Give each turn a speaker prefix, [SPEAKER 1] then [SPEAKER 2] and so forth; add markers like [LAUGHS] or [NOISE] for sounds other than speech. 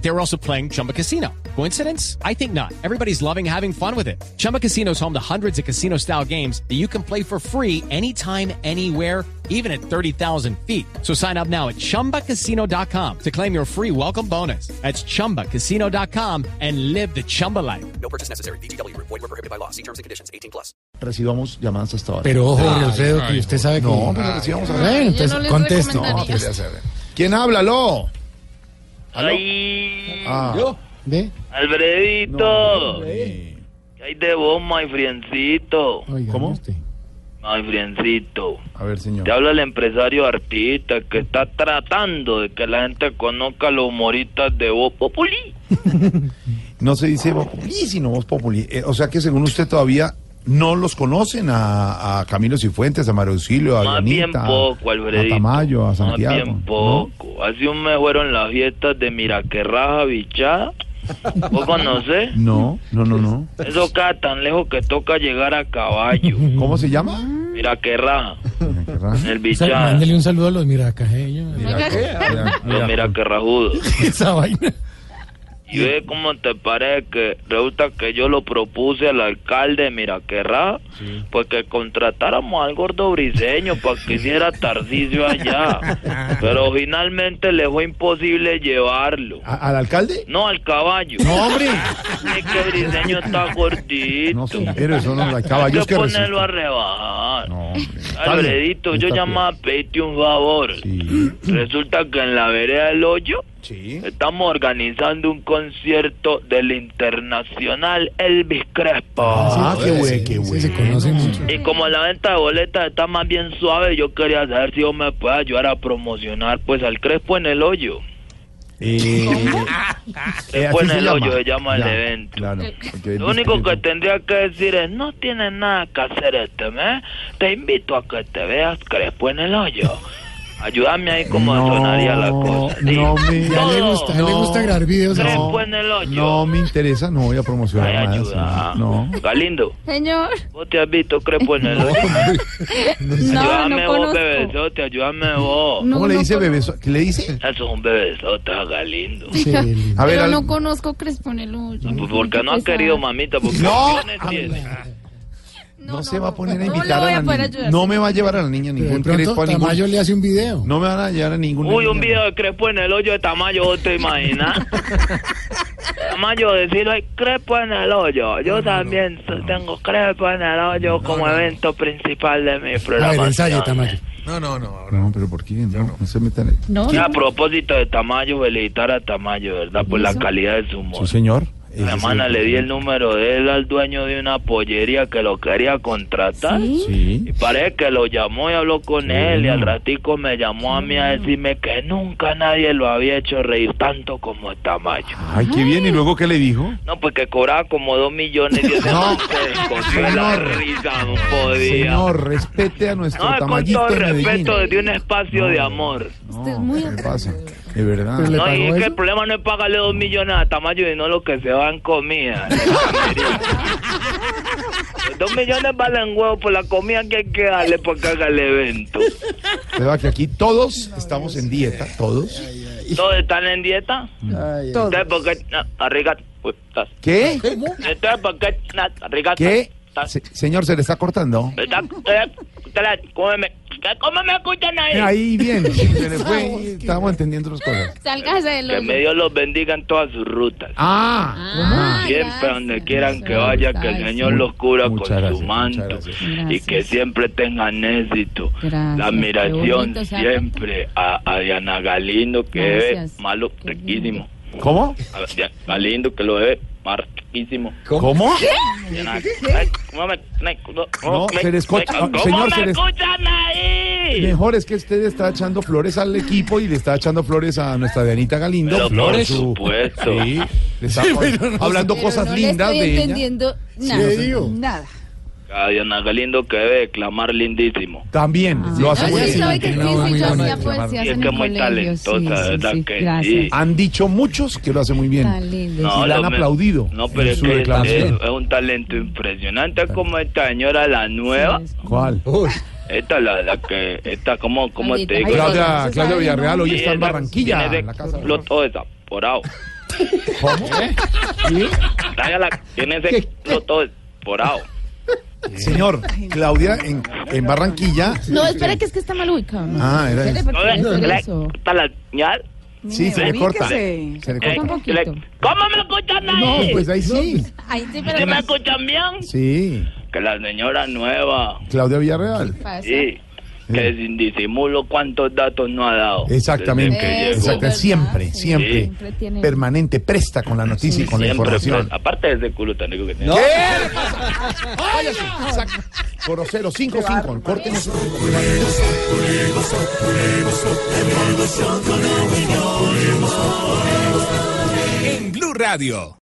[SPEAKER 1] They were also playing Chumba Casino. Coincidence? I think not. Everybody's loving having fun with it. Chumba Casino is home to hundreds of casino style games that you can play for free anytime, anywhere even at 30,000 feet. So sign up now at ChumbaCasino.com to claim your free welcome bonus. That's ChumbaCasino.com and live the Chumba life.
[SPEAKER 2] No purchase necessary. BGW. Void were prohibited by law. See terms and conditions. 18 plus.
[SPEAKER 3] recibamos llamadas hasta ahora.
[SPEAKER 4] Pero ojo, Jorge Alfredo, que usted sabe
[SPEAKER 3] no,
[SPEAKER 4] cómo.
[SPEAKER 3] pero recibamos a
[SPEAKER 4] Bueno,
[SPEAKER 3] ver.
[SPEAKER 4] entonces,
[SPEAKER 5] les
[SPEAKER 4] contesto.
[SPEAKER 3] No,
[SPEAKER 5] recomendaría.
[SPEAKER 3] pero ya se ve. ¿Quién habla, aló?
[SPEAKER 6] ¡Ay!
[SPEAKER 3] Ah,
[SPEAKER 4] ¿Ve?
[SPEAKER 6] ¡Alfredito!
[SPEAKER 3] eh,
[SPEAKER 6] ¿Qué hay de vos, my friendcito?
[SPEAKER 4] Oiga,
[SPEAKER 3] ¿Cómo?
[SPEAKER 4] usted.
[SPEAKER 6] My friendcito.
[SPEAKER 3] A ver, señor.
[SPEAKER 6] Te habla el empresario artista que está tratando de que la gente conozca los humoristas de vos, Populi.
[SPEAKER 3] No se dice Voz Populi, sino Voz Populi. Eh, o sea que según usted todavía no los conocen a, a Camilo Cifuentes, a Mario Auxilio, a
[SPEAKER 6] Más bien
[SPEAKER 3] Leonita,
[SPEAKER 6] poco,
[SPEAKER 3] a
[SPEAKER 6] Alfredito.
[SPEAKER 3] Tamayo, a Santiago.
[SPEAKER 6] Más bien
[SPEAKER 3] ¿no?
[SPEAKER 6] poco. Así un me fueron las fiestas de
[SPEAKER 3] [LAUGHS]
[SPEAKER 6] Miraquerraja, Bichá. ¿Vos conocés?
[SPEAKER 3] No, no, no, no.
[SPEAKER 6] Eso cada tan lejos que toca llegar
[SPEAKER 3] [LAUGHS]
[SPEAKER 6] a caballo.
[SPEAKER 3] ¿Cómo se llama?
[SPEAKER 6] Miraquerraja,
[SPEAKER 3] Mira, qué raro.
[SPEAKER 4] O
[SPEAKER 6] el
[SPEAKER 4] sea,
[SPEAKER 6] Bichá,
[SPEAKER 4] mándele un saludo a los miracajeños.
[SPEAKER 3] Mira,
[SPEAKER 6] los
[SPEAKER 4] pues.
[SPEAKER 3] mira.
[SPEAKER 6] Miraquerrajudos.
[SPEAKER 4] Esa vaina.
[SPEAKER 6] Y ve cómo te parece que resulta que yo lo propuse al alcalde Miraquerra, pues que contratáramos al
[SPEAKER 3] [LAUGHS]
[SPEAKER 6] gordo briseño para que hiciera Tarcisio allá. Pero finalmente le fue imposible llevarlo.
[SPEAKER 3] ¿A- ¿Al alcalde?
[SPEAKER 6] No al caballo.
[SPEAKER 3] No, hombre.
[SPEAKER 6] Es que
[SPEAKER 3] [LAUGHS]
[SPEAKER 6] briseño está gordito.
[SPEAKER 3] No, pero eso no, hay
[SPEAKER 6] Hay
[SPEAKER 3] caballos
[SPEAKER 6] que
[SPEAKER 3] que resisten.
[SPEAKER 6] ponerlo a rebajar.
[SPEAKER 3] No, hombre. Está bien.
[SPEAKER 6] Alfredito, yo
[SPEAKER 3] Está
[SPEAKER 6] llamaba a pedirte un favor.
[SPEAKER 3] bien.
[SPEAKER 6] Resulta que en la vereda del hoyo
[SPEAKER 3] Sí. Sí.
[SPEAKER 6] Estamos organizando un concierto del internacional Elvis Crespo.
[SPEAKER 3] Ah, qué
[SPEAKER 4] Sí,
[SPEAKER 3] güey, qué
[SPEAKER 4] sí,
[SPEAKER 3] güey.
[SPEAKER 4] se conocen mucho.
[SPEAKER 6] Y como la venta de boletas está más bien suave, yo quería saber si vos me puedes ayudar a promocionar pues al Crespo en el hoyo.
[SPEAKER 3] Eh, eh,
[SPEAKER 6] Fue
[SPEAKER 3] así
[SPEAKER 6] en
[SPEAKER 3] se
[SPEAKER 6] el
[SPEAKER 3] llama.
[SPEAKER 6] hoyo, se llama el
[SPEAKER 3] Ya,
[SPEAKER 6] evento.
[SPEAKER 3] Claro. porque
[SPEAKER 6] Lo único que
[SPEAKER 3] discreto.
[SPEAKER 6] tendría que decir es, no tienes nada que hacer este mes, te invito a que te veas Crespo en
[SPEAKER 3] [LAUGHS]
[SPEAKER 6] el hoyo. Ayúdame ahí como
[SPEAKER 3] No,
[SPEAKER 6] sonaría la cosa. ¿sí?
[SPEAKER 3] no me-
[SPEAKER 4] Ya le
[SPEAKER 6] Todo.
[SPEAKER 4] gusta, le gusta grabar videos.
[SPEAKER 6] Tres
[SPEAKER 4] así.
[SPEAKER 6] pues, en el hoyo.
[SPEAKER 3] No me interesa, no voy a promocionar
[SPEAKER 6] Ay,
[SPEAKER 3] nada.
[SPEAKER 6] ayuda.
[SPEAKER 3] señor. No.
[SPEAKER 6] Galindo, [LAUGHS]
[SPEAKER 5] Señor,
[SPEAKER 6] ¿vos te has visto Crespo en el hoyo?
[SPEAKER 5] no,
[SPEAKER 6] ayúdame
[SPEAKER 5] no
[SPEAKER 6] vos,
[SPEAKER 5] conozco.
[SPEAKER 6] bebesote, ayúdame vos.
[SPEAKER 5] No,
[SPEAKER 3] ¿Cómo le
[SPEAKER 5] no
[SPEAKER 3] dice
[SPEAKER 5] conozco.
[SPEAKER 3] bebeso? ¿Qué le dice?
[SPEAKER 6] Eso es un bebesote, Galindo.
[SPEAKER 5] [LAUGHS]
[SPEAKER 4] Sí, el-
[SPEAKER 3] A ver,
[SPEAKER 5] Pero
[SPEAKER 3] al-
[SPEAKER 5] no conozco Crespo en el hoyo.
[SPEAKER 6] ¿Por qué Pues no has
[SPEAKER 5] Pesada.
[SPEAKER 6] querido, mamita? ¿Por qué
[SPEAKER 3] No,
[SPEAKER 6] opciones tienes?
[SPEAKER 3] no, se va a poner a
[SPEAKER 5] no,
[SPEAKER 3] invitar
[SPEAKER 5] no
[SPEAKER 3] a
[SPEAKER 5] le
[SPEAKER 3] la
[SPEAKER 5] voy a poder
[SPEAKER 3] niña.
[SPEAKER 5] ayudar.
[SPEAKER 3] No me va a llevar a la niña
[SPEAKER 4] de
[SPEAKER 3] ningún
[SPEAKER 4] pronto
[SPEAKER 3] crespo a ningún.
[SPEAKER 4] Tamayo le hace un video.
[SPEAKER 3] No me van a llevar a ningún.
[SPEAKER 6] Uy, un video de Crespo en el hoyo de Tamayo, ¿vos te imaginas?
[SPEAKER 3] [LAUGHS]
[SPEAKER 6] Tamayo, decirlo, hay Crespo en el hoyo. Yo también so- tengo Crespo en el hoyo como evento principal de mi
[SPEAKER 4] A ver,
[SPEAKER 6] programa.
[SPEAKER 4] ensaye, Tamayo.
[SPEAKER 3] No, pero ¿por qué? No, no se metan.
[SPEAKER 5] No,
[SPEAKER 6] Y a
[SPEAKER 5] no.
[SPEAKER 6] propósito de Tamayo, felicitar a Tamayo, ¿verdad? Por la calidad de su humor.
[SPEAKER 3] Sí, señor. Eh,
[SPEAKER 6] La hermana le di el número de él al dueño de una pollería que lo quería contratar. Y
[SPEAKER 3] Sí.
[SPEAKER 6] parece que lo llamó y habló con él y al ratico me llamó a mí a decirme que nunca nadie lo había hecho reír tanto como Tamayo.
[SPEAKER 3] Ay, qué bien. ¿Y luego qué le dijo?
[SPEAKER 6] No, pues que cobraba como dos millones y ese
[SPEAKER 3] No.
[SPEAKER 6] man se descosió de la risa, no podía.
[SPEAKER 3] Señor, respete a nuestro
[SPEAKER 6] Oh, No, es con
[SPEAKER 3] tamayito
[SPEAKER 6] todo
[SPEAKER 3] de Medellín.
[SPEAKER 6] respeto desde un espacio de amor.
[SPEAKER 5] Usted es muy
[SPEAKER 3] ¿Qué pasa? De verdad.
[SPEAKER 4] Pero le-
[SPEAKER 6] No, y
[SPEAKER 4] pagó
[SPEAKER 6] es que
[SPEAKER 4] eso?
[SPEAKER 6] el problema no es pagarle dos millones a Tamayo, sino lo que se van
[SPEAKER 4] [LAUGHS]
[SPEAKER 6] comida. Los dos millones valen huevo por la comida que hay que darle porque haga el evento.
[SPEAKER 3] Se va que aquí todos estamos en dieta, todos.
[SPEAKER 6] ¿Todos están en dieta? Entonces, ¿por qué na- arriga- uy, estás?
[SPEAKER 3] ¿Qué?
[SPEAKER 6] Entonces, ¿por qué na- arriga-
[SPEAKER 3] ¿Qué?
[SPEAKER 6] estás?
[SPEAKER 3] Se- señor, se le está cortando.
[SPEAKER 6] Está- usted- usted- cómeme. ¿Usted ¿Cómo me escuchan ahí?
[SPEAKER 3] Ahí bien,
[SPEAKER 5] [LAUGHS]
[SPEAKER 3] se le fue. Estamos entendiendo las cosas.
[SPEAKER 5] Sálgase del
[SPEAKER 6] Que
[SPEAKER 5] hoyo.
[SPEAKER 6] me Dios los bendiga en todas sus rutas.
[SPEAKER 3] Ah,
[SPEAKER 6] Siempre
[SPEAKER 5] gracias.
[SPEAKER 6] donde quieran que
[SPEAKER 5] Gracias.
[SPEAKER 6] vaya, que el Señor los cubra con
[SPEAKER 3] Muchas gracias,
[SPEAKER 6] su
[SPEAKER 3] muchas
[SPEAKER 6] manto
[SPEAKER 3] gracias.
[SPEAKER 6] y
[SPEAKER 5] Gracias.
[SPEAKER 6] que siempre tengan éxito.
[SPEAKER 5] Gracias,
[SPEAKER 6] La
[SPEAKER 5] qué
[SPEAKER 6] admiración
[SPEAKER 5] bonito, ¿se da
[SPEAKER 6] siempre a, a Diana Galindo, que debe
[SPEAKER 5] Gracias.
[SPEAKER 6] malo,
[SPEAKER 5] Qué
[SPEAKER 6] riquísimo.
[SPEAKER 3] ¿Cómo?
[SPEAKER 6] A Diana Galindo, que lo debe más riquísimo.
[SPEAKER 3] ¿Cómo?
[SPEAKER 6] Diana- ¿Cómo me- me-
[SPEAKER 3] No,
[SPEAKER 6] cómo me-
[SPEAKER 3] se les co-
[SPEAKER 6] ¿Cómo
[SPEAKER 3] señor,
[SPEAKER 6] me
[SPEAKER 3] se les-
[SPEAKER 6] escuchan ahí?
[SPEAKER 3] Mejor es que usted está echando flores al equipo y le está echando flores a nuestra Dianita Galindo.
[SPEAKER 6] Pero por
[SPEAKER 3] flores. su-
[SPEAKER 6] supuesto.
[SPEAKER 3] Sí, le está
[SPEAKER 4] pero no
[SPEAKER 3] hablando
[SPEAKER 5] Pero
[SPEAKER 3] cosas
[SPEAKER 5] no
[SPEAKER 3] lindas
[SPEAKER 5] le estoy
[SPEAKER 3] de ella.
[SPEAKER 5] entendiendo nada.
[SPEAKER 4] le digo.
[SPEAKER 5] Nada.
[SPEAKER 6] A Diana Galindo que debe declamar lindísimo.
[SPEAKER 3] También, lo hace
[SPEAKER 5] Ah,
[SPEAKER 3] muy
[SPEAKER 5] sí,
[SPEAKER 3] bien.
[SPEAKER 5] sabe que sí,
[SPEAKER 4] No, muy
[SPEAKER 5] sí, yo
[SPEAKER 4] bueno.
[SPEAKER 5] hacía poesías
[SPEAKER 6] Y es
[SPEAKER 5] en
[SPEAKER 6] que es
[SPEAKER 5] el
[SPEAKER 6] muy
[SPEAKER 5] colegio. Sí,
[SPEAKER 6] talentosa,
[SPEAKER 5] sí,
[SPEAKER 6] ¿verdad?
[SPEAKER 5] sí,
[SPEAKER 6] que
[SPEAKER 5] gracias.
[SPEAKER 6] sí.
[SPEAKER 3] Han dicho muchos que lo hace muy
[SPEAKER 5] Tan
[SPEAKER 3] bien.
[SPEAKER 5] lindo.
[SPEAKER 3] y la han
[SPEAKER 6] lo me-
[SPEAKER 3] aplaudido
[SPEAKER 6] No, pero
[SPEAKER 3] en
[SPEAKER 6] es
[SPEAKER 3] su
[SPEAKER 6] que es,
[SPEAKER 3] declamación.
[SPEAKER 6] es un talento impresionante como esta señora, la nueva.
[SPEAKER 3] ¿Cuál?
[SPEAKER 7] Uy,
[SPEAKER 6] Esta, la, la que, esta, ¿cómo, cómo te
[SPEAKER 5] Maldita.
[SPEAKER 6] digo?
[SPEAKER 5] Ay,
[SPEAKER 6] Ella
[SPEAKER 5] no
[SPEAKER 3] Claudia,
[SPEAKER 5] se
[SPEAKER 3] Claudia
[SPEAKER 5] sabe,
[SPEAKER 3] Villarreal
[SPEAKER 5] ¿no?
[SPEAKER 3] hoy está en
[SPEAKER 6] la-
[SPEAKER 3] Barranquilla.
[SPEAKER 6] tiene
[SPEAKER 3] en la casa.
[SPEAKER 6] culo todo desaporado.
[SPEAKER 3] ¿Cómo?
[SPEAKER 6] Tráigala,
[SPEAKER 3] [LAUGHS]
[SPEAKER 6] tiene
[SPEAKER 7] ¿Qué?
[SPEAKER 6] ese culo todo desaporado.
[SPEAKER 3] Señor, Claudia en, en Barranquilla.
[SPEAKER 5] No, espera que es que está mal ubicado. ¿no?
[SPEAKER 3] Ah, era
[SPEAKER 5] Espere,
[SPEAKER 3] eso.
[SPEAKER 5] porque
[SPEAKER 6] Entonces,
[SPEAKER 5] no es
[SPEAKER 6] le
[SPEAKER 5] eso.
[SPEAKER 6] corta la señal.
[SPEAKER 3] Sí, se le corta.
[SPEAKER 8] ubíquese.
[SPEAKER 3] Se le
[SPEAKER 6] Eh,
[SPEAKER 5] un
[SPEAKER 3] corta.
[SPEAKER 5] poquito.
[SPEAKER 6] le- ¿Cómo me lo escuchan
[SPEAKER 3] No,
[SPEAKER 6] ahí?
[SPEAKER 3] pues ahí sí.
[SPEAKER 5] Ahí sí,
[SPEAKER 6] ¿Sí
[SPEAKER 5] pero
[SPEAKER 6] me
[SPEAKER 5] no
[SPEAKER 6] escuchan bien?
[SPEAKER 3] Sí,
[SPEAKER 6] Que la señora nueva,
[SPEAKER 3] Claudia Villarreal.
[SPEAKER 5] pasa.
[SPEAKER 6] sí, que sin disimulo cuántos datos no ha dado. Desde que
[SPEAKER 3] Exactamente,
[SPEAKER 5] Eso,
[SPEAKER 6] llegó.
[SPEAKER 3] exactamente.
[SPEAKER 5] ¿verdad?
[SPEAKER 3] siempre,
[SPEAKER 5] Sí.
[SPEAKER 3] siempre,
[SPEAKER 5] Siempre tiene-
[SPEAKER 3] permanente, presta con la noticia y con la
[SPEAKER 6] Siempre,
[SPEAKER 3] información. ¡Eh!
[SPEAKER 6] pues, aparte de ese culo tan rico que tiene.
[SPEAKER 7] no.
[SPEAKER 3] Por 055, corten eso.
[SPEAKER 9] En Blue Radio.